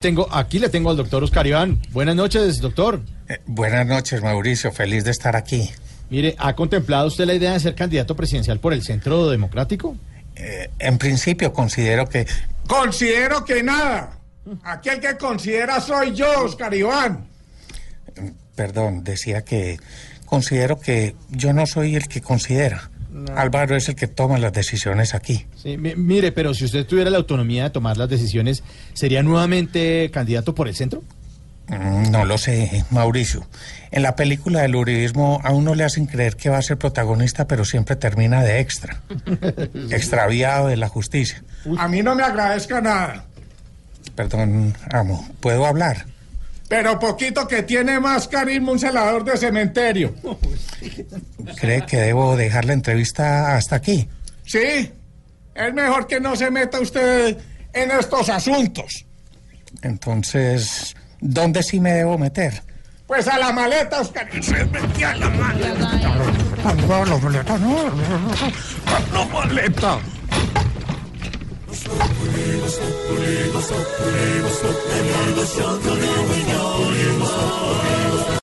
Tengo, aquí le tengo al doctor Oscar Iván. Buenas noches, doctor. Eh, buenas noches, Mauricio. Feliz de estar aquí. Mire, ¿ha contemplado usted la idea de ser candidato presidencial por el Centro Democrático? Eh, en principio considero que... Considero que nada. Aquel que considera soy yo, Oscar Iván. Mm, Perdón, decía que considero que yo no soy el que considera. No. Álvaro es el que toma las decisiones aquí. Sí, mire, pero si usted tuviera la autonomía de tomar las decisiones, ¿sería nuevamente candidato por el centro? Mm, No lo sé, Mauricio. En la película del uribismo a uno le hacen creer que va a ser protagonista, pero siempre termina de extra, extraviado de la justicia. A mí no me agradezca nada. Perdón, amo, ¿puedo hablar? Pero poquito que tiene más carisma un celador de cementerio. ¿Cree que debo dejar la entrevista hasta aquí? Sí, es mejor que no se meta usted en estos asuntos. Entonces... ¿Dónde sí me debo meter? Pues a la maleta, Oscar. Se metió a la maleta. No, la maleta, no. La maleta.